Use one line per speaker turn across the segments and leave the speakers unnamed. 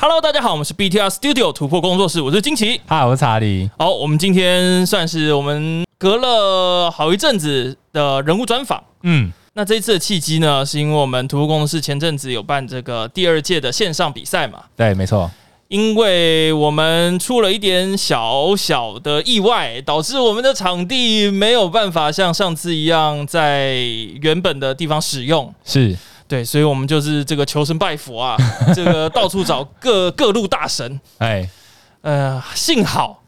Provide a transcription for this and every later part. Hello，大家好，我们是 BTR Studio 突破工作室，我是金奇。
嗨，我是查理。
好，我们今天算是我们隔了好一阵子的人物专访。
嗯，
那这一次的契机呢，是因为我们突破工作室前阵子有办这个第二届的线上比赛嘛，
对，没错，
因为我们出了一点小小的意外，导致我们的场地没有办法像上次一样在原本的地方使用。
是
对，所以我们就是这个求神拜佛啊，这个到处找各各路大神。
哎，
呃，幸好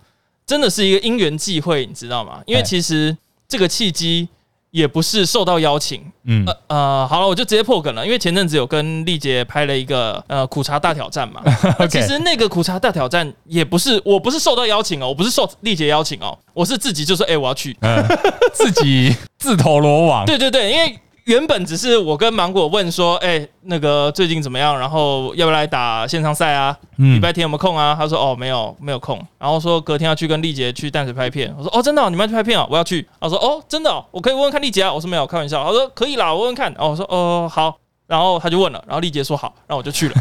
真的是一个因缘际会，你知道吗？因为
哎
其实这个契机也不是受到邀请。
嗯，
呃呃，好了，我就直接破梗了，因为前阵子有跟丽姐拍了一个呃苦茶大挑战 嘛。那其实那个苦茶大挑战也不是，我不是受到邀请哦，我不是受丽姐邀请哦，我是自己就说，哎、我要去。
嗯，自己 自投罗网。
对对对，因为。原本只是我跟芒果问说，哎、那个最近怎么样？然后要不要来打线上赛啊？礼
嗯
拜天有没有空啊？他说哦，没有，没有空。然后说隔天要去跟丽姐去淡水拍片。我说哦，真的哦、你们要去拍片啊、我要去。他说哦，真的哦、我可以问问看丽姐啊。我说没有，开玩笑。他说可以啦，我问问看。哦，我说哦，好。然后他就问了，然后丽姐说好，然后我就去了，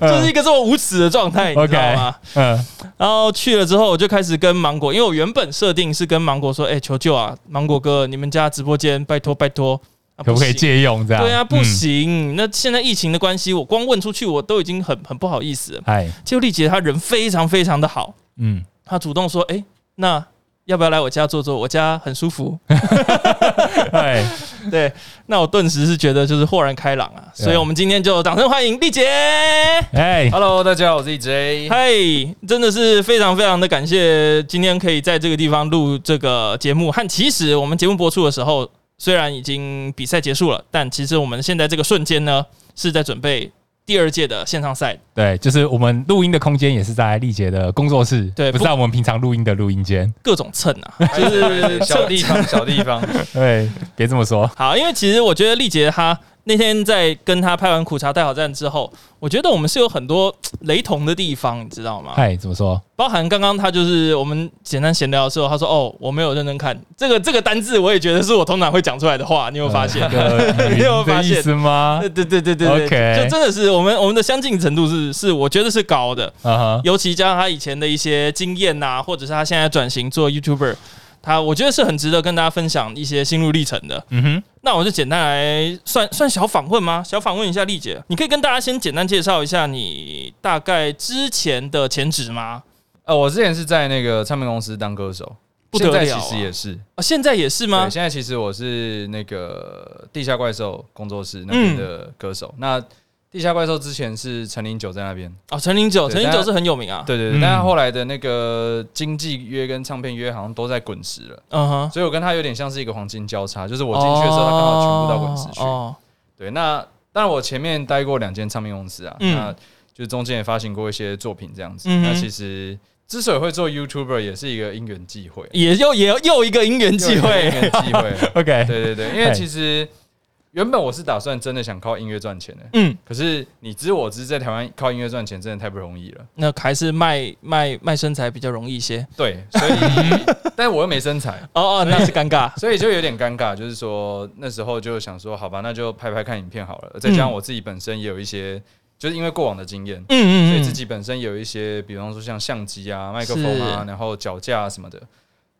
就是一个这么无耻的状态，你知道
OK
吗？
嗯，
然后去了之后，我就开始跟芒果，因为我原本设定是跟芒果说，哎、求救啊，芒果哥，你们家直播间拜托拜托，啊、
可不可以
行
借用这样？
对啊，不
嗯。
行。那现在疫情的关系，我光问出去，我都已经很很不好意思了。
哎，
结果丽姐她人非常非常的好，
嗯，
她主动说：“哎、那要不要来我家坐坐？我家很舒 服。
哎，”
对，那我顿时是觉得就是豁然开朗啊。
对啊
所以我们今天就掌声欢迎丽姐。
哎，
Hello，大家好，我是 E EJ。
嗨，真的是非常非常的感谢今天可以在这个地方录这个节目。和其实我们节目播出的时候，虽然已经比赛结束了，但其实我们现在这个瞬间呢，是在准备第二届的线上赛。
对，就是我们录音的空间也是在丽姐的工作室，
对
不是
不
在我们平常录音的录音间。
各种蹭啊，
就是哎 小地方，小地方，
对，哎别这么说。
好，因为其实我觉得丽杰她那天在跟她拍完《苦茶大挑战》之后，我觉得我们是有很多嘖雷同的地方，你知道吗？
哎，怎么说？
包含刚刚她就是我们简单闲聊的时候，她说：“哦，我没有认真看这个这个单字，我也觉得是我通常会讲出来的话。”你有没有发现？
呃你
你有发现
意思 吗？
对对对对对
OK
就真的是我们我们的相近程度是是我觉得是高的，
啊哈，
尤其加上她以前的一些经验呐、或者是她现在转型做 YouTuber，她我觉得是很值得跟大家分享一些心路历程的。
嗯哼，
那我就简单来算算小访问吗？小访问一下丽姐，你可以跟大家先简单介绍一下你大概之前的前职吗？
呃，我之前是在那个唱片公司当歌手，
不得
现
了啊
在其实也是。
啊，现在也是吗
对，？现在其实我是那个地下怪兽工作室那边的歌手。那地下怪兽之前是陈零九在那边，
哦，陈零九，
对
陈零
大
九
家
是很有名啊。，
对对对。
嗯
但是后来的那个经纪约跟唱片约好像都在滚石了，
嗯哼，
所以我跟他有点像是一个黄金交叉，就是我进去的时候，他刚好全部到滚石去。
哦，
对，那当然我前面待过两间唱片公司啊，
嗯
那就中间也发行过一些作品这样子。
嗯哼
那其实之所以会做 YouTuber，也是一个因缘际会，
也又也又一个因缘际
又一
会
个因缘际 会。啊
，OK，
对对对，因为其实原本我是打算真的想靠音乐赚钱的，
嗯，
可是你知我知，在台湾靠音乐赚钱真的太不容易了。
那还是卖卖卖身材比较容易一些。
对，所 以但我又没身材。
哦哦，那是尴尬。
所以就有点尴尬，就是说那时候就想说，好吧，那就拍拍看影片好了。再加上我自己本身也有一些，就是因为过往的经验，
嗯
所以自己本身有一些，比方说像相机啊、麦克风啊，
是
然后脚架啊什么的。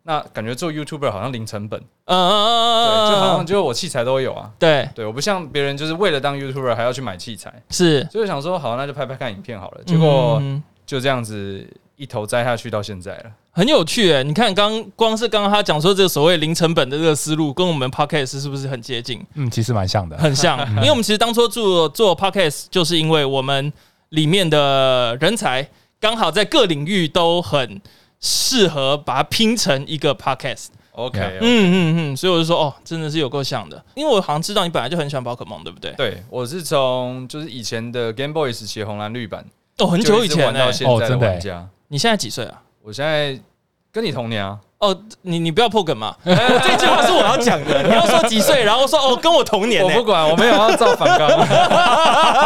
那感觉做 YouTuber 好像零成本，
嗯
对，
嗯
就好像
嗯，
就我器材都有啊。
对，
对，我不像别人，就是为了当 YouTuber 还要去买器材，
是。
所以我想说好，那就拍拍看影片好了。结果
嗯
就这样子一头栽下去到现在了。
很有趣诶、你看刚光是刚刚他讲说这个所谓零成本的这个思路，跟我们 podcast 是不是很接近？
嗯，其实蛮像的。
很像，因为我们其实当初做做 podcast，就是因为我们里面的人才刚好在各领域都很适合把它拼成一个 podcast。
OK，, 哦
Yeah
嗯嗯嗯，所以我就说，哦，真的是有够像的。因为我好像知道你本来就很喜欢宝可梦，对不对？
对我是从就是以前的 Game Boy 时期的红蓝绿版，
哦，很
就
久
一
以
直
前
玩到
呢、
现
哦
在的
真的
玩
欸
家。
你现在几岁啊？
我现在跟你同 年啊，
哦，你你不要破梗 嘛！我这句话是我要讲的。你要说几岁，然后说哦，跟我同 年、
我
欸
不，管，我没有要造反纲。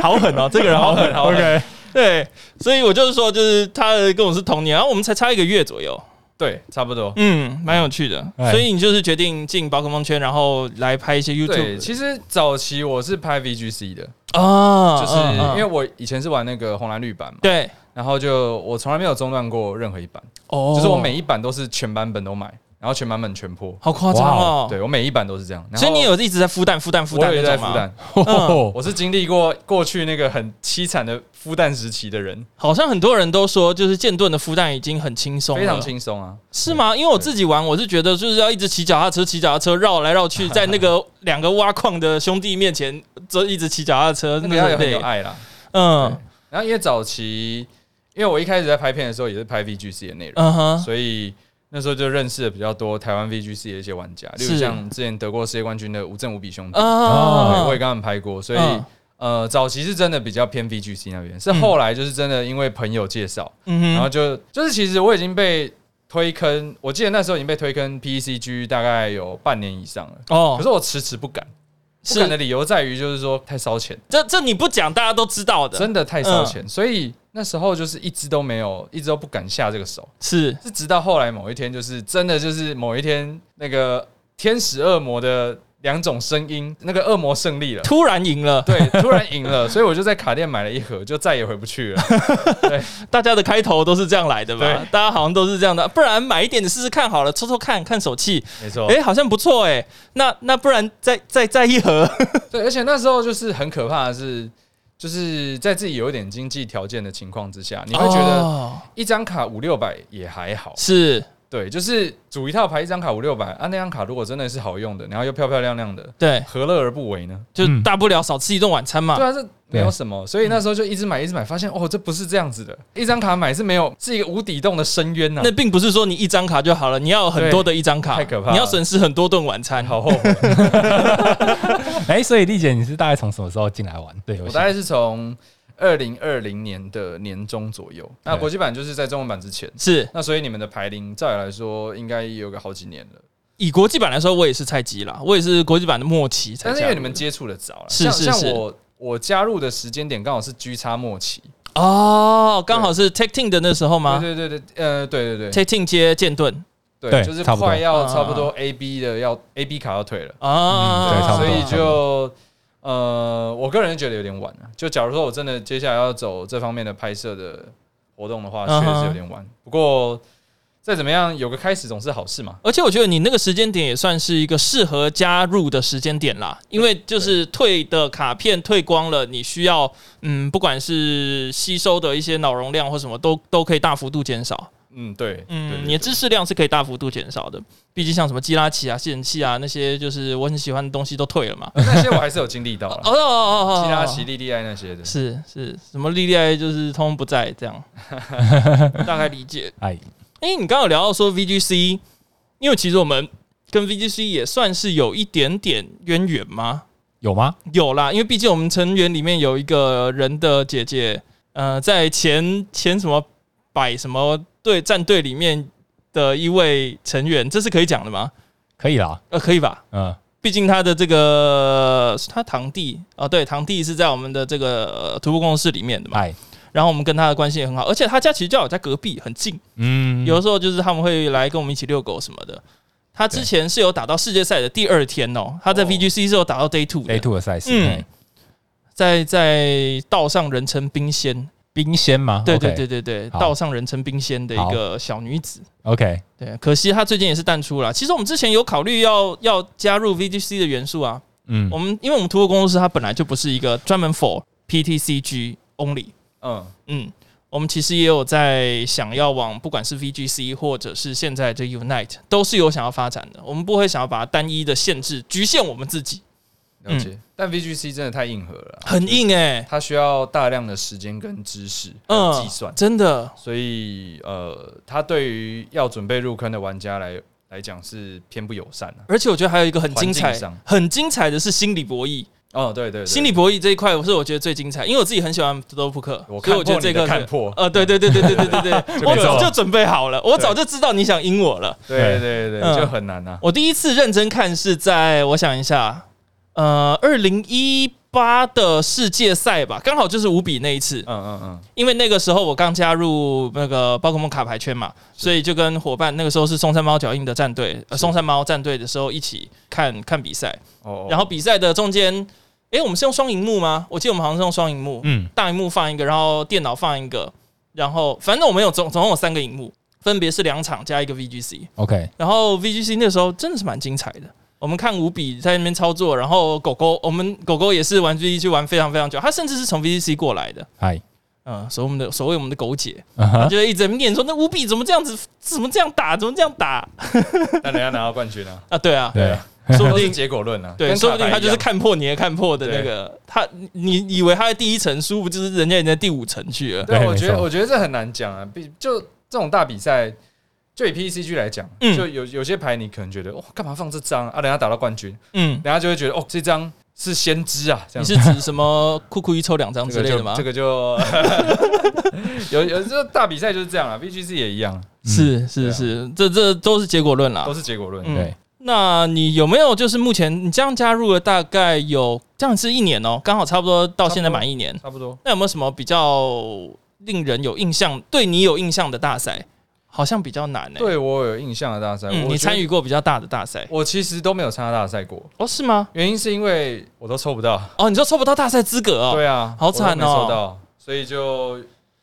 好 狠哦，这个人 好狠，好狠。
OK，
对，所以我就是说，就是他跟我是同年，然后啊我们才差一个月左右。
对，差不多。
嗯，蛮有趣的。
哎
所以你就是决定进宝可梦圈，然后来拍一些
对，
YouTube。
其实早期我是拍 VGC 的，
啊，
就是
嗯嗯
因为我以前是玩那个红蓝绿版嘛，
对
然后就我从来没有中断过任何一版，
哦
就是我每一版都是全版本都买，然后全版本全破。
好夸张哦，，
对我每一版都是这样，然后
所以你有一直在孵蛋、孵蛋、孵
我
蛋
有
那
在
种
孵
吗？
蛋，
嗯
我是经历过过去那个很凄惨的孵蛋时期的人，
好像很多人都说，就是剑盾的孵蛋已经很轻松，
非常，轻松啊。
是吗？因为我自己玩，我是觉得就是要一直骑脚踏车，骑脚踏车绕来绕去，在那 个两个挖矿的兄弟面前，这一直骑脚踏车，
那个
那
要
很
有很有
累。
爱啦。
嗯
然后因为早期，因为我一开始在拍片的时候也是拍 VGC 的内容，
嗯哼，
所以那时候就认识了比较多台湾 VGC 的一些玩家，例如
是
像之前得过世界冠军的吴正无比兄弟，对
啊
我也跟他们拍过，所以。
嗯
呃，早期是真的比较偏 VGC 那边，是
嗯
后来就是真的因为朋友介绍，
嗯
然后
哼，
就就是其实我已经被推坑，我记得那时候已经被推坑 PECG 大概有半年以上了，可
哦，
是我迟迟不敢，不敢的
是
理由在于就是说太烧钱，
这这你不讲，大家都知道的，
真的太烧钱，所以那时候就是一直都没有，一直都不敢下这个手，
是
是直到后来某一天，就是真的就是某一天那个天使恶魔的两种声音，那个恶魔胜利 了。
突然赢了，
对，突然赢了，所以我就在卡店买了一盒，就再也回不去了。
大家的开头都是这样来的吧
对？
大家好像都是这样的，不然买一点你试试看好了，抽抽看看手气，
没错
哎、好像不错哎、那那不然再再再一盒，
对，而且那时候就是很可怕的是，就是在自己有一点经济条件的情况之下，你会觉得
哦、
一张卡五六百也还好。
是
对，就是组一套牌，一张卡五六百啊，那张卡如果真的是好用的，然后又漂漂亮亮的，
对，
何乐而不为呢？
就
嗯
大不了少吃一顿晚餐嘛。
对啊，这没有什么，所以那时候就一直买，一直买，发现哦，这不是这样子的，一张卡买是没有，是一个无底洞的深渊啊呐、
那并不是说你一张卡就好了，你要有很多的一张卡，
对太可怕了
你要损失很多顿晚餐。
好 后悔，
哎，所以丽姐，你是大概从什么时候进来玩这游
我
戏
大？概是从二零二零年的年中左右，那
对
国际版就是在中文版之前，
是
那所以你们的排龄照理来说应该也有个好几年了，
以国际版来说，我也是菜鸡啦，我也是国际版的末期才加入。
但是因为你们接触的早了，
是
像
是是
像我我加入的时间点刚好是 G 叉末期，
哦，刚好是 Take Team 的那时候吗
对对对对，呃，对对对
？Take Team 接剑盾
对，
对
就是
差不多
快要差不多
啊
A B 的要 A B 卡要退了。
啊，
对差不
嗯
多
所以
差不
就呃，我个人觉得有点晚了、就假如说我真的接下来要走这方面的拍摄的活动的话，
嗯
确
哼
实有点晚。不过再怎么样，有个开始总是好事嘛。
而且我觉得你那个时间点也算是一个适合加入的时间点啦，因为就是退的卡片退光了，你需要嗯，不管是吸收的一些脑容量或什么，都都可以大幅度减少。
嗯，对，对
嗯，
对
你的知识量是可以大幅度减少的。毕竟像什么基拉奇啊、吸尘器啊那些，就是我很喜欢的东西都退了 嘛。
对那些我还是有经历到 啊
哦
了，
哦哦哦，
希拉奇、莉莉爱那些的。
是是什么莉莉爱就是通通不在这样， 大概理解。
哎，
哎、你刚刚有聊到说 VGC，因为其实我们跟 VGC 也算是有一点点渊源吗？
有吗？
有啦，因为毕竟我们成员里面有一个人的姐姐，呃，在前前什么百什么队战队里面的一位成员，这是可以讲的吗？
可以啦，
呃，可以吧？
嗯，
毕竟他的这个是他堂弟哦，对，堂弟是在我们的这个呃徒步工作室里面的嘛。
哎，
然后我们跟他的关系也很好，而且他家其实就好在隔壁，很近。
嗯，
有的时候就是他们会来跟我们一起遛狗什么的。他之前是有打到世界赛的第二天哦，他在
哦
VGC 是有打到 Day Two 的
Day Two 的赛事，
嗯
哎
在在道上人称冰仙，
冰仙吗？
对对对对对，
好
道上人称冰仙的一个小女子。
，OK，
对，可惜她最近也是淡出了。其实我们之前有考虑要要加入 VGC 的元素啊，
嗯
我，们因为我们图库工作室它本来就不是一个专门 for PTCG only，
嗯，
嗯，我们其实也有在想要往不管是 VGC 或者是现在这 Unite 都是有想要发展的，我们不会想要把它单一的限制局限我们自己，
了解。但 VGC 真的太硬核了啊，
嗯很硬哎、
它需要大量的时间跟知识，
嗯，
嗯，计算。
真的
所以呃，它对于要准备入坑的玩家来来讲是偏不友善啊的、
而且我觉得还有一个很精彩
环境上、
很精彩的是心理博弈。
哦，对对对，
心理博弈这一块，我是我觉得最精彩，因为我自己很喜欢德州扑克，
我
所以
看
我觉得
破
这
你的
个
看破
呃，对对对对对对对 对，
就
我
没
早
错
就准备好了，我早就知道你想赢我了。
对对对，
嗯
就很难啊。
我第一次认真看是在我想一下，呃，二零一八的世界赛吧，刚好就是五比那一次，
嗯嗯嗯，
因为那个时候我刚加入那个宝可梦卡牌圈嘛，
是
所以就跟伙伴那个时候是松山猫脚印的战队，呃，
是
松山猫战队的时候一起看看比赛，
哦，
然后比赛的中间。诶，我们是用双荧幕吗？我记得我们好像是用双荧幕，
嗯，
大荧幕放一个，然后电脑放一个，然后反正我们有总总共有三个荧幕，分别是两场加一个 VGC。
OK，
然后 VGC 那时候真的是蛮精彩的，我们看五比在那边操作，然后狗狗我们狗狗也是玩 VGC 玩非常非常久，它甚至是从 VGC 过来的，
嗨，
嗯，所以我们的所谓我们的狗姐，
嗯
她
哼，
就一直在念说那五比怎么这样子，怎么这样打，怎么这样打
但人家拿到冠军 啊，
啊？对啊，
对，
说不
都是
定。
结果论啊，
对，
跟
说
卡
不定
牌
他就是
一样
看破你也看破的那个，他你以为他在第一层，殊不知人家已经在第五层去了。
对
对，我觉
没
得
错
我觉得这很难讲啊，比就这种大比赛。就以 PCG 来讲，
嗯
就有有些牌你可能觉得，哦，干嘛放这张啊？啊人家打到冠军，
嗯，
人家就会觉得，哦，这张是先知啊，这
你
样
是指什么酷酷一抽两张之
这个
类
就
的吗？
这 个就 有有这大比赛就是这样啊，VGC 也一样，
是是
对啊
是，这这都是结果论啦
都。是结果论。
嗯
对，
那你有没有就是目前你这样加入了大概有这样是一年哦，刚好差不多到现在满一年。
差不多。
那有没有什么比较令人有印象、对你有印象的大赛？好像比较难呢、
对我有印象的大赛，
嗯，
我
你参
与
与过比较大的大赛
我其实都没有参加大赛过，
哦？是吗？
原因是因为我都抽不到。
哦，你说抽不到大赛资格哦？
对啊，
好惨哦
我都没抽到，所以就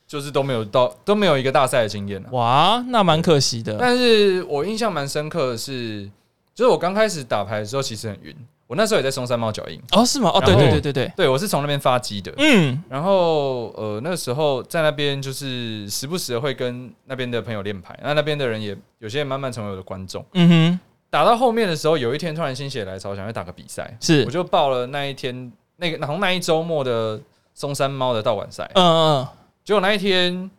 就是都没有到都没有一个大赛的经验了。啊
哇，那蛮可惜的。
但是我印象蛮深刻的是，就是我刚开始打牌的时候其实很晕，我那时候也在松山猫脚印，
哦，是吗？哦，对
然后
对对对对，
对我是从那边发机的。
嗯
然后呃，那时候在那边就是时不时地会跟那边的朋友练牌，那那边的人也有些人慢慢成为我的观众。
嗯哼，打
打到后面的时候，有一天突然心血来潮，想要打个比赛，
是
我，就报了那一天那个，好像那一周末的松山猫的道馆赛，
嗯嗯，
结果那一天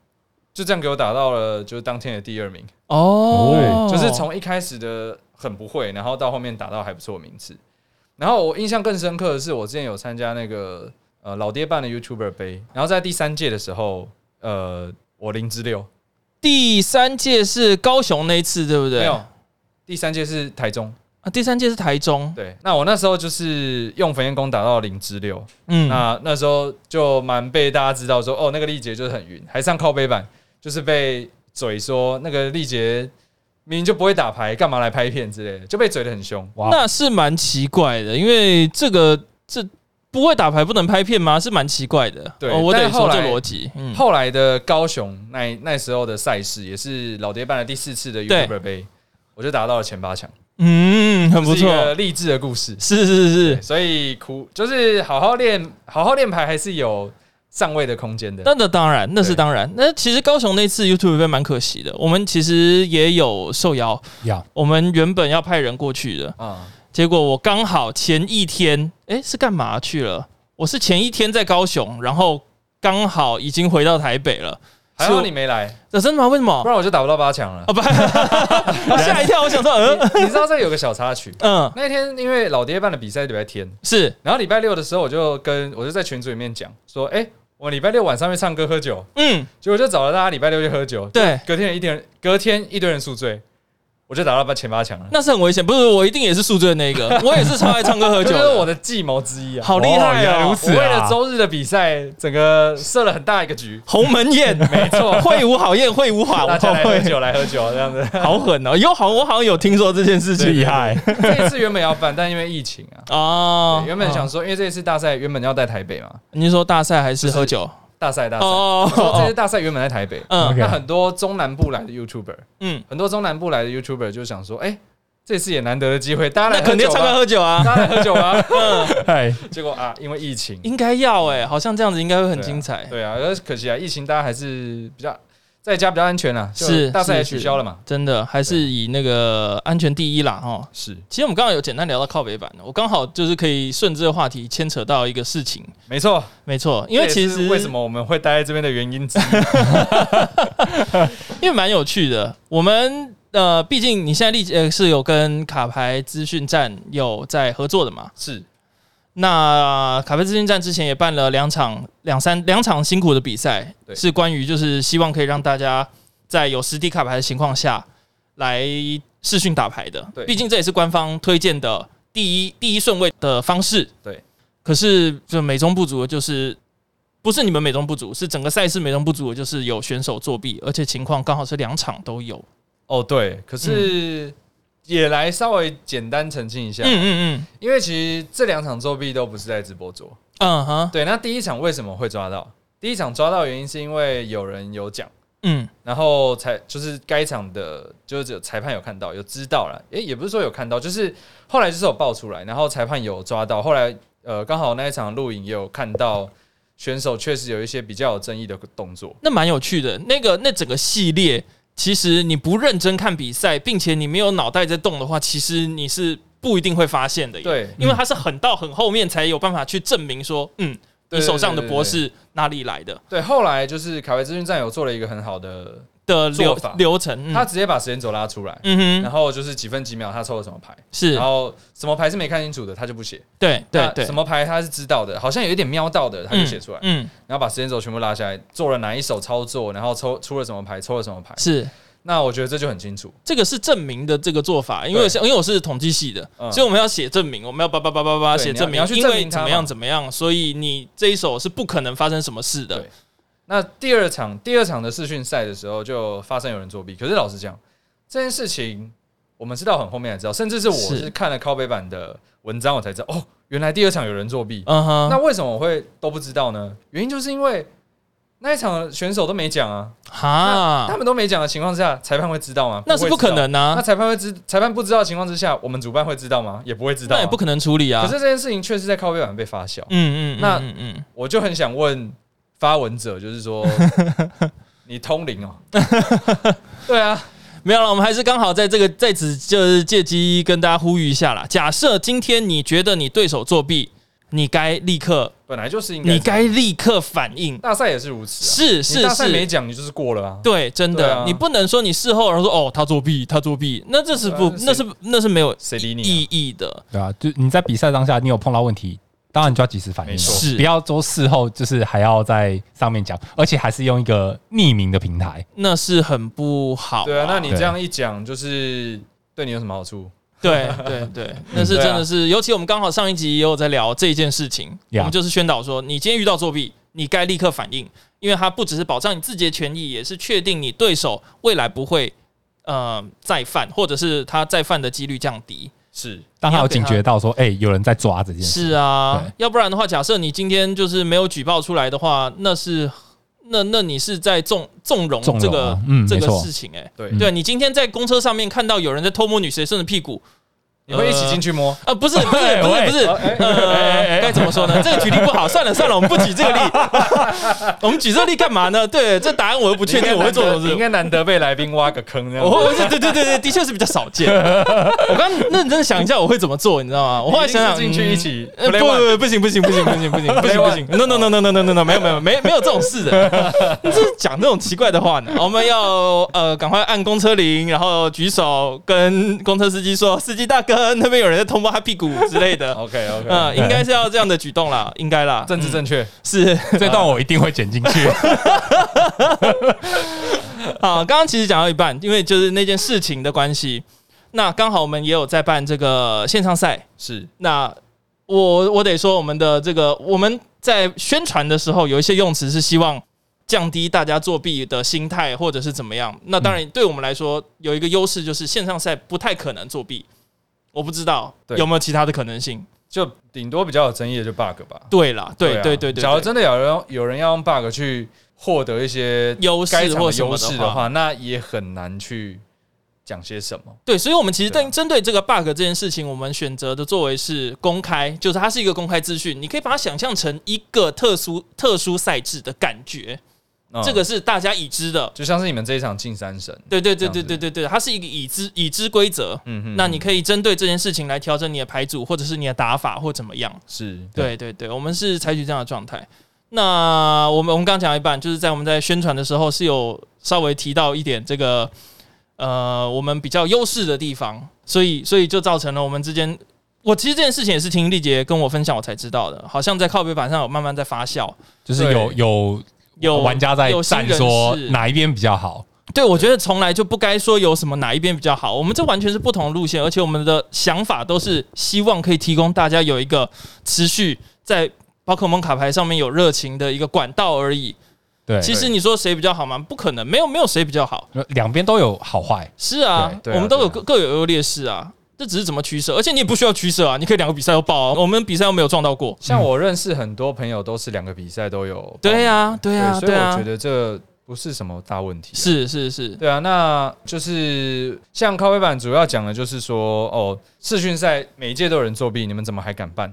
就这样给我打到了，就是当天的第二名，
哦，
就是从一开始的很不会，然后到后面打到还不错的名次。然后我印象更深刻的是，我之前有参加那个呃老爹办的 YouTuber 杯，然后在第三届的时候，呃，我零之六
第三届是高雄那一次，对不对？
没有，第三届是台中，
啊，第三届是台中，
对，那我那时候就是用焚焰弓打到零之六，
嗯，
那那时候就蛮被大家知道说，哦，那个丽杰就是很晕，还上靠背板，就是被嘴说那个丽杰明明就不会打牌，干嘛来拍片之类的，就被嘴的很凶。
哇，
那是蛮奇怪的，因为这个这不会打牌不能拍片吗？是蛮奇怪的。
对
哦我
但
得
是后
说
来
这逻辑，嗯，
后来的高雄那那时候的赛事也是老爹办的第四次的
对
YouTuber 杯，我就打到了前八强，
嗯，很不
这是一个
错，
励志的故事。
是是是。
所以苦就是好好练，好好练牌还是有上位的空间的。
那那当然，那是
对
当然。那其实高雄那次 YouTube 杯蛮可惜的，我们其实也有受邀，
呀，
我们原本要派人过去的，
啊、
结果我刚好前一天，诶，是干嘛去了？我是前一天在高雄，然后刚好已经回到台北了。
还好你没来，
这真的吗？为什么
不？然我就打不到八强 了
啊。不，吓一跳！我想说，嗯
你知道这有个小插曲，
嗯，
那天因为老爹办的比赛礼拜天，
是
然后礼拜六的时候，我就跟我就在群组里面讲说，哎、我礼拜六晚上会唱歌喝酒，
嗯，
结果就找了大家礼拜六去喝酒，
对，
隔天一堆人，隔天一堆人宿醉，我就打到八前八强了，
那是很危险。不是，我一定也是宿醉的那一个， 我也是超爱唱歌喝
这
酒
就
的
是我的计谋之一啊。
好厉害
哦原来
哦
如！
我
此啊
为了周日的比赛，整个设了很大一个局，
鸿门宴，
没 错，
会无好宴，会无好
大家来喝
会，
酒来喝酒这样子。
好狠哦！有好，我好像有听说这件事情啊
厉害，
这一次原本要办，但因为疫情啊，
哦
对。原本想说，因为这一次大赛原本要在台北嘛，
你是说大赛还是喝酒？
大赛大
哦
赛，
哦
我说这次
哦，
大赛原本在台北，
哦
OK
嗯
那很多中南部来的 YouTuber。
嗯，
很多中南部来的 YouTuber 就想说，哎、这次也难得的机会，大家
那
来
肯定
喝酒
唱歌
吧，
喝嗯酒啊，
大家来喝酒吧。
嗨，
结果啊，因为疫情，
应该要哎，好像这样子应该会很精彩。
对啊，但是可惜啊，疫情大家还是比较在家比较安全啦、就是大赛也
是
取消了嘛，
真的还是以那个安全第一啦，哈。
是
其实我们刚刚有简单聊到靠北版，我刚好就是可以顺这个话题牵扯到一个事情，
没错，
没错，因为
这
其
也是
实
为什么我们会待在这边的原 因之一，
因为蛮有趣的，我们呃，毕竟你现在立呃是有跟卡牌资讯站有在合作的嘛，
是
那卡牌资讯站之前也办了两场、两三两场辛苦的比赛，
对
是关于就是希望可以让大家在有实体卡牌的情况下来试训打牌的。
对
毕竟这也是官方推荐的第一第一顺位的方式。
对，
可是就美中不足的就是。不是你们美中不足，是整个赛事美中不足，的就是有选手作弊，而且情况刚好是两场都有。
哦，对，可是。也来稍微简单澄清一下，
嗯嗯
因为其实这两场作弊都不是在直播做。
嗯，嗯哈，
对，那第一场为什么会抓到？第一场抓到的原因是因为有人有讲，
嗯
然后才就是该场的，就是有裁判有看到，有知道了，诶，也不是说有看到，就是后来就是有爆出来，然后裁判有抓到，后来呃，刚好那一场录影也有看到选手确实有一些比较有争议的动作，
那蛮有趣的。那个那整个系列，其实你不认真看比赛，并且你没有脑袋在动的话，其实你是不一定会发现的耶。
对
因为它是很到很后面才有办法去证明说，嗯，你
对
手上的
对对
博
对
是哪里来的
对，后来就是凯威资讯站有做了一个很好的，
的流
做法
流程。嗯
他直接把时间轴拉出来，
嗯
然
哼，
后就是几分几秒他抽了什么牌，
是
然后什么牌是没看清楚的他就不写，
对
那
对对
什，么牌他是知道的，好像有一点瞄到的他就写出来，
嗯，嗯
然后把时间轴全部拉下来，做了哪一手操作，然后抽出了什么牌，抽了什么牌。
是
那我觉得这就很清楚，
这个是证明的这个做法，因为
对
像因为我是统计系的，
嗯
所以我们要写证明，我们要叭叭叭叭叭
对
写
你要
证明，
你要去
因
证
为
明它
怎么样
嘛
怎么样，所以你这一手是不可能发生什么事的
对。那第二场第二场的试训赛的时候，就发生有人作弊。可是老实讲，这件事情我们是到很后面才知道，甚至是我
是
是看了靠北版的文章我才知道，哦，原来第二场有人作弊。
嗯哼，
那为什么我会都不知道呢？原因就是因为那一场的选手都没讲啊，那他
哈，
们都没讲的情况下，裁判会知道吗？
那是
会
不
知道
可。能
那
啊，
裁判会知，裁判不知道的情况之下，我们主办会知道吗？也不会知
那
道、啊，
也不可能处理啊。
可是这件事情确实在靠背版被发酵，
嗯，嗯嗯，
那
嗯嗯，
我就很想问发文者，就 是说你通灵哦？对啊，
没有了，我们还是刚好在这个在此就是借机跟大家呼吁一下啦。假设今天你觉得你对手作弊，你该立刻，
本来就是应该
你该立刻反应，
大赛也是如此、啊，
是
你
是
大赛没
是。
讲你就是过了啊。
对，真
对
的，
啊
你不能说你事后然后说哦，他作弊，他作弊，那这是不，
对啊
那是那是没有
谁理你啊
意义的，
对啊，就你在比赛当下，你有碰到问题，当然就要及时反应
没
了，
错
是
不要说事后就是还要在上面讲，而且还是用一个匿名的平台。
那是很不好、
对啊，那你
对
这样一讲，就是对你有什么好处？
对对对，那是真的是，尤其我们刚好上一集也有在聊这一件事情，我
Yeah
们就是宣导说，你今天遇到作弊，你该立刻反应，因为它不只是保障你自己的权益，也是确定你对手未来不会呃再犯，或者是他再犯的几率降低。
是
当他有警觉到说，哎、有人在抓这件事，
是啊
对，
要不然的话，假设你今天就是没有举报出来的话，那是那那你是在纵纵容
纵容
这
啊
个、
嗯
这个
没错嗯
事情哎、欸
对，
对你今天在公车上面看到有人在偷摸女学生的屁股，
呃
你会一起进去摸？
啊，不是不是不是
喂
不是，
哦哎哎
呃，该怎么说呢？这个举例不好，算了算了，我们不举这 个例，我们举这个例干嘛呢？对，这答案我又不确定，我会做什么
呃你应
事。
该难得被哦来宾挖个坑这样
我
子。
会，对对对对，的确是比较少见。我刚认真想一下，我会怎么做，你知道吗？我后来想想，
你一定是进去
嗯
一起
呃不
play one
不不行不行不行不行不行不
Play
行
one
不行，no no no no no no no no，没有没有没没有这种事的， 你这是讲这种奇怪的话呢？我们要呃赶快按公车铃，然后举手跟公车司机说，司机大哥那边有人在偷摸他屁股之类的。
OK OK，
嗯，应该是要这样的举动啦，应该啦，
政治正确，
是
这段我一定会剪进去。
好。刚刚其实讲到一半，因为就是那件事情的关系，那刚好我们也有在办这个线上赛。
是
那我我得说，我们的这个我们在宣传的时候有一些用词是希望降低大家作弊的心态，或者是怎么样。那当然，
嗯
对我们来说有一个优势就是线上赛不太可能作弊。我不知道
对
有没有其他的可能性。
就顶多比较有争议的就 bug 吧。
对啦，对
啊
对对对，
假如
对
真的有人要有人要用 bug 去获得一些
优势
该场
或
的
什么的
优势的话，那也很难去讲些什么。
对，所以，我们其实
对啊
针针对这个 bug 这件事情，我们选择的作为是公开，就是它是一个公开资讯，你可以把它想象成一个特殊特殊赛制的感觉，
嗯
这个是大家已知的。
就像是你们这一场进三神，
对对对
这
对
样子
对对对，它是一个已知已知规则，
嗯哼
那你可以针对这件事情来调整你的牌组，或者是你的打法，或怎么样。
是
对对对，我们是采取这样的状态。那我们我们刚讲到一半，就是在我们在宣传的时候是有稍微提到一点这个呃我们比较优势的地方，所以所以就造成了我们之间，我其实这件事情也是听丽杰跟我分享我才知道的，好像在靠背板上有慢慢在发酵。
就是有有
有
玩家在
有新
站
人
说
士
哪一边比较好，
对，我觉得从来就不该说有什么哪一边比较好，我们这完全是不同的路线，而且我们的想法都是希望可以提供大家有一个持续在宝可梦卡牌上面有热情的一个管道而已。
对，
其实你说谁比较好吗？不可能，没有没有谁比较好。
两边都有好坏，
是啊，
对对啊
我们都有
对
各各有优劣势啊，这只是怎么取舍，而且你也不需要取舍啊，你可以两个比赛都报啊。我们比赛又没有撞到过。
像我认识很多朋友都是两个比赛都有报名，
嗯对呀，对呀，
哦所以
对
我
呀
觉，得这不是什么大问题、啊。
是是是，
对啊，那就是像咖啡版主要讲的就是说，哦，世训赛每一届都有人作弊，你们怎么还敢办？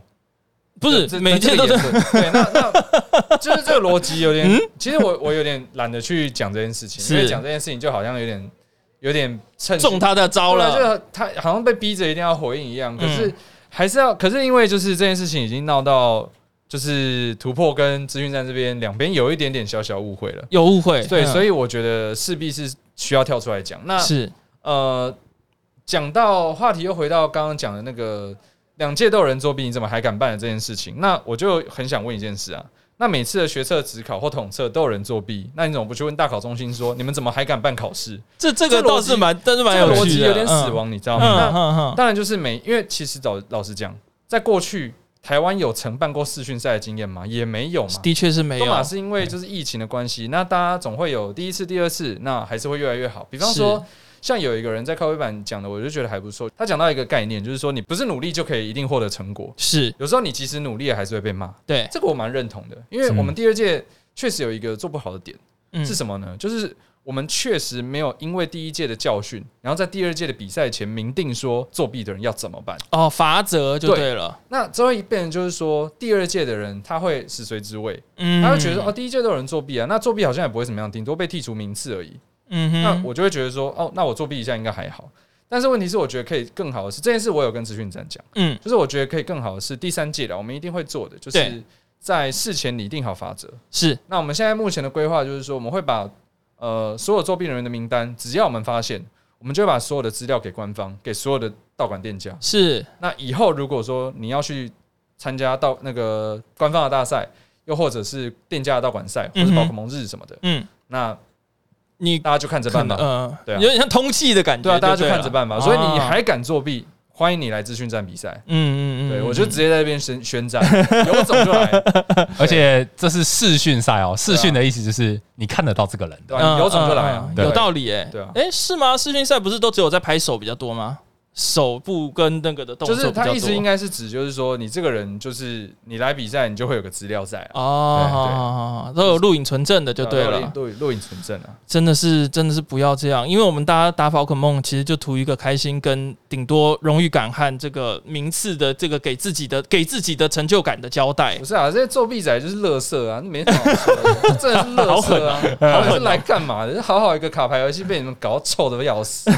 不是
这
每
这
届
这
都
个
是嗯
也是对，那那就是这个逻辑有点， 其实我我有点懒得去讲这件事情，
是
因为讲这件事情就好像有点有点趁
中他的招
对
了。
啊，就是他好像被逼着一定要回应一样，可是
嗯
还是要，可是因为就是这件事情已经闹到就是突破跟资讯站这边两边有一点点小小误会了，
有误会，嗯
对，所
以
以我觉得势必是需要跳出来讲。那
是
呃，讲到话题又回到刚刚讲的那个两届都有人作弊，你怎么还敢办的这件事情？那我就很想问一件事啊。那每次的学测、职考或统测都有人作弊，那你怎么不去问大考中心说你们怎么还敢办考试？
这这个
这逻
倒
辑
是蛮，但是蛮
这个逻
趣
辑
的，
有点死
嗯。
亡，你知道
嗯
吗？那
嗯嗯嗯，
当然就是每，因为其实老老实讲，在过去台湾有承办过世训赛的经验吗？也没有嘛。
的确是没
都马
有。
是因为就是疫情的关系，那大家总会有第一次、第二次，那还是会越来越好。比方说，像有一个人在咖啡版讲的，我就觉得还不错。他讲到一个概念，就是说你不是努力就可以一定获得成果，
是，
有时候你即使努力了还是会被骂。
对，
这个我蛮认同的，因为我们第二届确实有一个做不好的点。
嗯
是什么呢？就是我们确实没有因为第一届的教训，然后在第二届的比赛前明定说作弊的人要怎么办。
哦，法则就
对
对了。
那这会变成就是说，第二届的人他会死随之位，
嗯，
他会觉得说哦，第一届都有人作弊啊，那作弊好像也不会怎么样，顶多被剔除名次而已。
嗯
那
哼，
我就会觉得说，哦，那我作弊一下应该还好。但是问题是，我觉得可以更好的是这件事，我有跟资讯站讲，
嗯，
就是我觉得可以更好的是第三届的，我们一定会做的，就
对
是在事前拟定好法则，
是
那我们现在目前的规划就是说，我们会把呃所有作弊人员的名单，只要我们发现，我们就会把所有的资料给官方，给所有的道馆店家。
是，
那以后如果说你要去参加到那个官方的大赛，又或者是店家的道馆赛，或
嗯
者
哼
宝可梦日什么的，
嗯，
那
你
大家就看着
可
办
能
吧。
呃，
对啊
有点像通气的感觉。
对啊，大家就
了
看着办吧。所以你
啊
还敢作弊，欢迎你来资讯站比赛。
嗯嗯嗯，
对，
嗯
我就直接在那边宣宣战，有种就来，
而且这是试训赛哦。
啊
试训的意思就是你看得到这个人的，
对吧？你有种就来啊
嗯嗯！嗯
对
有道理哎、
对啊
哎，是吗？世训赛不是都只有在拍手比较多吗？手部跟那个的动
就
作
是
比较
他
多。
意思应该是指，就是说你这个人，就是你来比赛，你就会有个资料在啊，
哦，都有录影存证的就对了，
录录影存证啊，
真的是真的是不要这样，因为我们大家打宝可梦其实就图一个开心，跟顶多荣誉感和这个名次的这个给自己的给自己的成就感的交代
不。是啊，这些作弊仔就是乐色啊，没什么好说的， 真的是乐色啊，
好狠哦好狠哦
是来干嘛的？好好一个卡牌游戏被你们搞臭的要 死，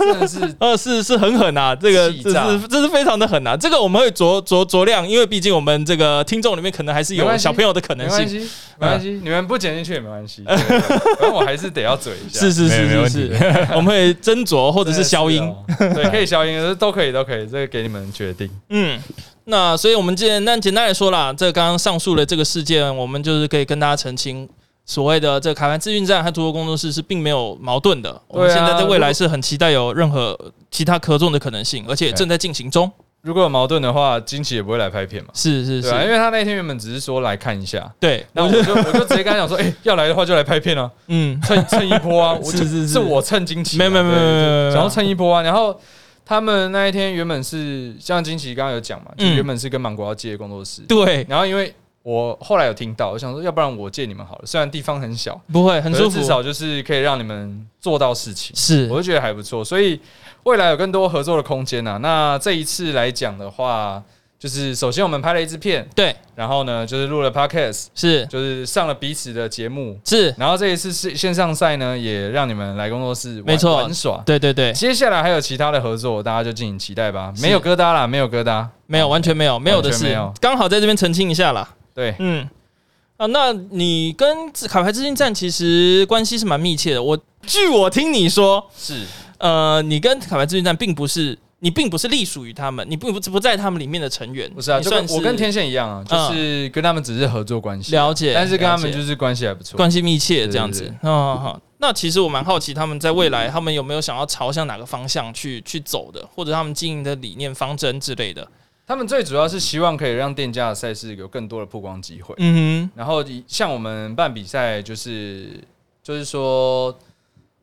真的是
呃，是是很狠啊，这个
气
这
炸
是这是非常的狠啊，这个我们会酌酌酌量，因为毕竟我们这个听众里面可能还是嗯
没
有
关系
小朋友的可
没
能
关
性，
系，没关系，你们不剪进去也没关系，对对对反正我还是得要嘴一 下，
是是
没
是
没
是
问
是
题，
我们会斟酌或者
啊
是消音。
真的是哦对，可以消音，都可以，都可以，这个给你们决定。
嗯，那所以我们简那简单来说啦，这刚刚上述的这个事件，我们就是可以跟大家澄清，所谓的这个卡盘资讯站和图博工作室是并没有矛盾的。我们
对啊
现在在未来是很期待有任何其他合作的可能性，而且正在进行中。
如果有矛盾的话，惊奇也不会来拍片嘛，
是是
对啊，因
是，
为他那天原本只是说来看一下，
对，
那我就我就直接跟他讲说，哎、 要来的话就来拍片啊，
嗯，
蹭蹭一波啊，我
是
就是
是
是我蹭惊奇啊，
没有没有没有
对
没有没有没有
想要蹭一波啊。然后他们那一天原本是像惊奇刚刚有讲嘛，就
嗯
原本是跟芒果要借工作室，
对，
然后因为我后来有听到，我想说，要不然我借你们好了，虽然地方很小，
不会很
可是
舒服
至，少就是可以让你们做到事情，
是
我就觉得还不错，所以未来有更多合作的空间啊。那这一次来讲的话，就是首先我们拍了一支片，
对，
然后呢就是录了 podcast，
是
就是上了彼此的节目，
是，
然后这一次是线上赛呢，也让你们来工作室玩
没错
玩耍。
对对对，
接下来还有其他的合作，大家就敬请期待吧。
是
没有疙瘩啦，没有疙瘩。
没有完全没有没有的
完全没
是
有，
刚好在这边澄清一下啦。
对，
嗯，啊，那你跟卡牌资讯站其实关系是蛮密切的。我据我听你说，
是
呃，你跟卡牌资讯站并不是，你并不是隶属于他们，你并不不在他们里面的成员，
不是啊？
你
就跟
算是嗯
我跟天线一样啊，就是跟他们只是合作关系，啊
了解
但是跟他们
了解
就是关系还不错。
关系密切这样子
对对。
哦，好，那其实我蛮好奇，他们在未来他们有没有想要朝向哪个方向去去走的，或者他们经营的理念方针之类的。
他们最主要是希望可以让店家的赛事有更多的曝光机会。
嗯
然后以像我们办比赛，就是就是说，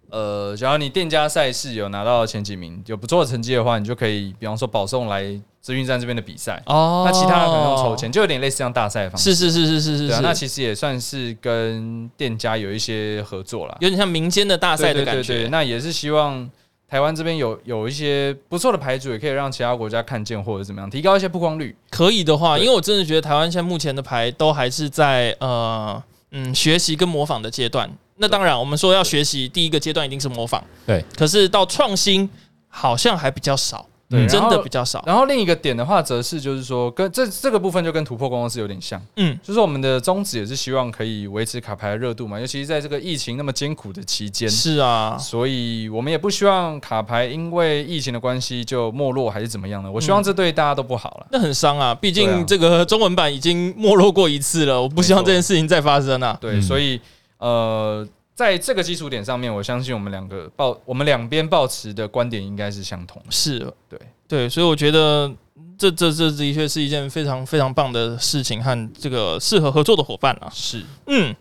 呃，只要你店家赛事有拿到前几名，有不错的成绩的话，你就可以，比方说保送来资讯站这边的比赛。
哼，哦，
那其他的可能用抽签，就有点类似像大赛的方式。
是，是是是是是
对啊
是，，
那其实也算是跟店家有一些合作啦，
有点像民间的大赛的感
对对对对
觉。
那也是希望台湾这边有有一些不错的牌组，也可以让其他国家看见或者怎么样，提高一些曝光率。
可以的话，
对
因为我真的觉得台湾现在目前的牌都还是在呃嗯学习跟模仿的阶段。那当然，我们说要学习，第一个阶段一定是模仿，
对。
可是到创新好像还比较少，
对
真
然
的
后
比较少。
然后另一个点的话，则是就是说，跟这这个部分就跟突破公司有点像，
嗯，
就是我们的宗旨也是希望可以维持卡牌的热度嘛，尤其是在这个疫情那么艰苦的期间，
是啊，
所以我们也不希望卡牌因为疫情的关系就没落还是怎么样的。我希望这对大家都不好了。
那很伤啊，毕
对啊
竟这个中文版已经没落过一次了，我不希望
没错
这件事情再发生啊。
对，
嗯
所以呃，在这个基础点上面，我相信我们两个抱我们两边抱持的观点应该是相同的。
是，
对
对，所以我觉得这这这的确是一件非常非常棒的事情和这个适合合作的伙伴啊。
是，
嗯，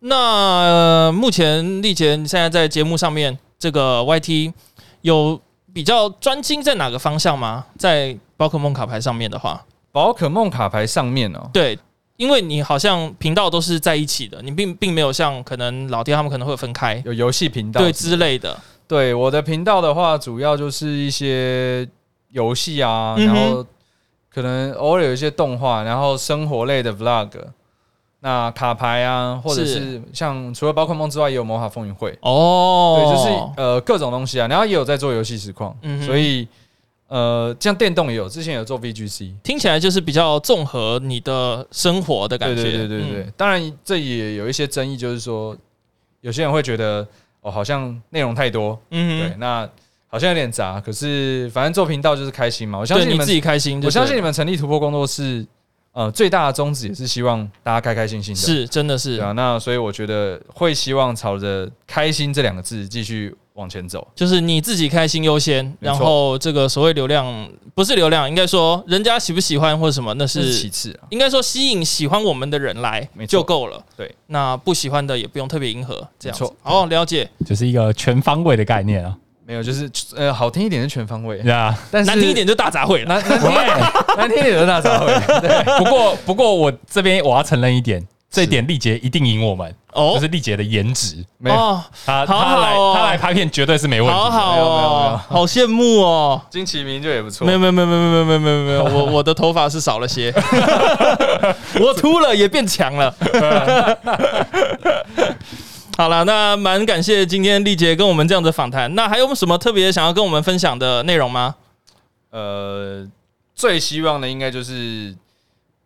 那、呃目前丽杰你现在在节目上面这个 YT 有比较专精在哪个方向吗？在宝可梦卡牌上面的话，
宝可梦卡牌上面哦，
对。因为你好像频道都是在一起的，你并并没有像可能老爹他们可能会分开，
有游戏频道，
对之类的。
对我的频道的话，主要就是一些游戏啊，
嗯哼
然后可能偶尔有一些动画，然后生活类的 vlog，那卡牌啊，或者
是
是像除了宝可梦之外，也有魔法风云会，
哦，
对，就是呃各种东西啊，然后也有在做游戏实况，
嗯哼
所以呃像电动也有，之前有做 VGC，
听起来就是比较综合你的生活的感
对
觉。
对对对对，
嗯
当然这也有一些争议，就是说有些人会觉得哦好像内容太多，
嗯
对
哼，，
那好像有点杂，可是反正做频道就是开心嘛。我相
对
信你
你
们，
自己开心就对了，
我相信你们成立突破工作室，呃，最大的宗旨也是希望大家开开心心的。，
是真的
对
是，
啊。那所以我觉得会希望朝着“开心”这两个字继续往前走。
就是你自己开心优先，
没错
然后这个所谓流量不是流量，应该说人家喜不喜欢或者什么，那
这是其
是
次啊，
应该说吸引喜欢我们的人来
没错
就够了。
对，
那不喜欢的也不用特别迎合，这样
没
子
错。
哦，了解。
就是一个全方位的概念啊，
没有就是呃，好听一点是全方位
对，啊。
但是
难听一点就大杂烩了。
难难听一点， 难听一点是大杂 烩。对，
不过不过我这边我要承认一点，这一点丽杰一定赢我们，就
哦
是丽杰的颜值，
没有
哦，
她
好
她来
好哦
她来拍片绝对是没问题
好
的。
好
没有没有没有
哦，好羡慕哦。
金奇明就也不错
没。有没有没有没有没有没有没有没有，我我的头发是少了些， 我秃了也变强了。好了，那蛮感谢今天丽姐跟我们这样的访谈。那还有什么特别想要跟我们分享的内容吗？
呃，最希望的应该就是，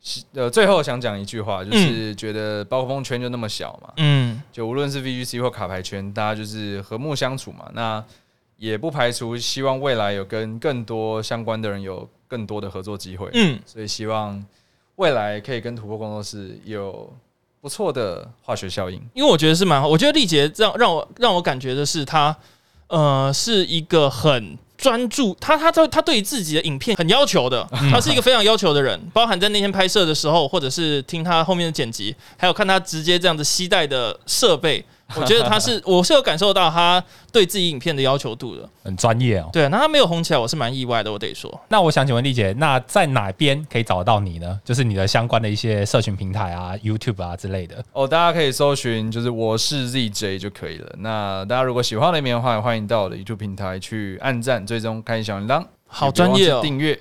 希呃，最后想讲一句话，就是觉得包括风圈就那么小嘛，
嗯，
就无论是 VGC 或卡牌圈，大家就是和睦相处嘛。那也不排除希望未来有跟更多相关的人有更多的合作机会。
嗯，
所以希望未来可以跟突破工作室有不错的化学效应。
因为我觉得是蛮好，我觉得丽姐让让我让我感觉的是她，呃，是一个很专注，她她她她对于自己的影片很要求的，
嗯
她是一个非常要求的人，包含在那天拍摄的时候，或者是听她后面的剪辑，还有看她直接这样子携带的设备，我觉得她是 我是有感受到她对自己影片的要求度的。
很专业哦。
对啊，那她没有红起来，我是蛮意外的，我得说。
那我想请问丽姐，那在哪边可以找到你呢？就是你的相关的一些社群平台啊、YouTube 啊之类的。
哦，大家可以搜寻就是我是 ZJ 就可以了。那大家如果喜欢我的影片的话，也欢迎到我的 YouTube 平台去按赞、追踪、开小铃铛，
好专业
也别
哦
忘记，订阅。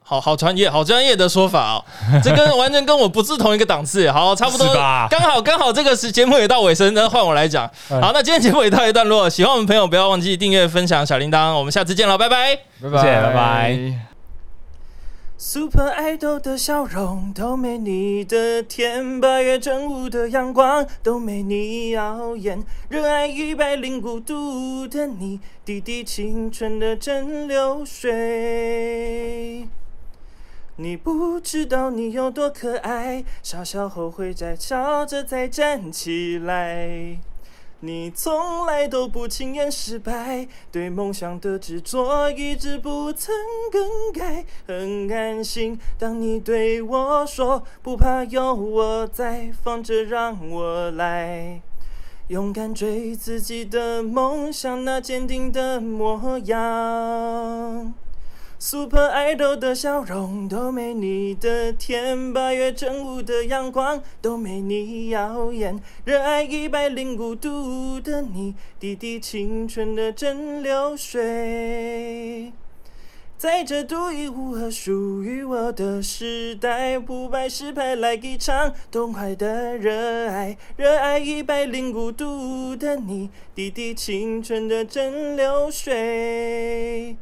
好好专业，好专业的说法哦， 这跟完全跟我不是同一个档次。好，差不多
是吧，
刚好刚好这个时节目也到尾声，那换我来讲。
嗯
好，那今天节目也到一段落，喜欢我们朋友不要忘记订阅、分享小铃铛，我们下次见了，拜拜。
谢
拜
谢拜拜
Super Idol 的笑容都没你的甜，八月正午的阳光都没你耀眼，热爱一百零五度的你，滴滴青春的蒸馏水。你不知道你有多可爱，傻笑后会再笑着再站起来。
你从来都不轻言失败，对梦想的执着一直不曾更改。很安心，当你对我说不怕，有我在，放着让我来。勇敢追自己的梦想，那坚定的模样。Super Idol 的笑容都没你的甜，八月正午的阳光都没你耀眼，热爱一百零五度的你，滴滴青春的蒸馏水。在这独一无二属于我的时代，不败失败来一场痛快的热爱，热爱一百零五度的你，滴滴青春的蒸馏水。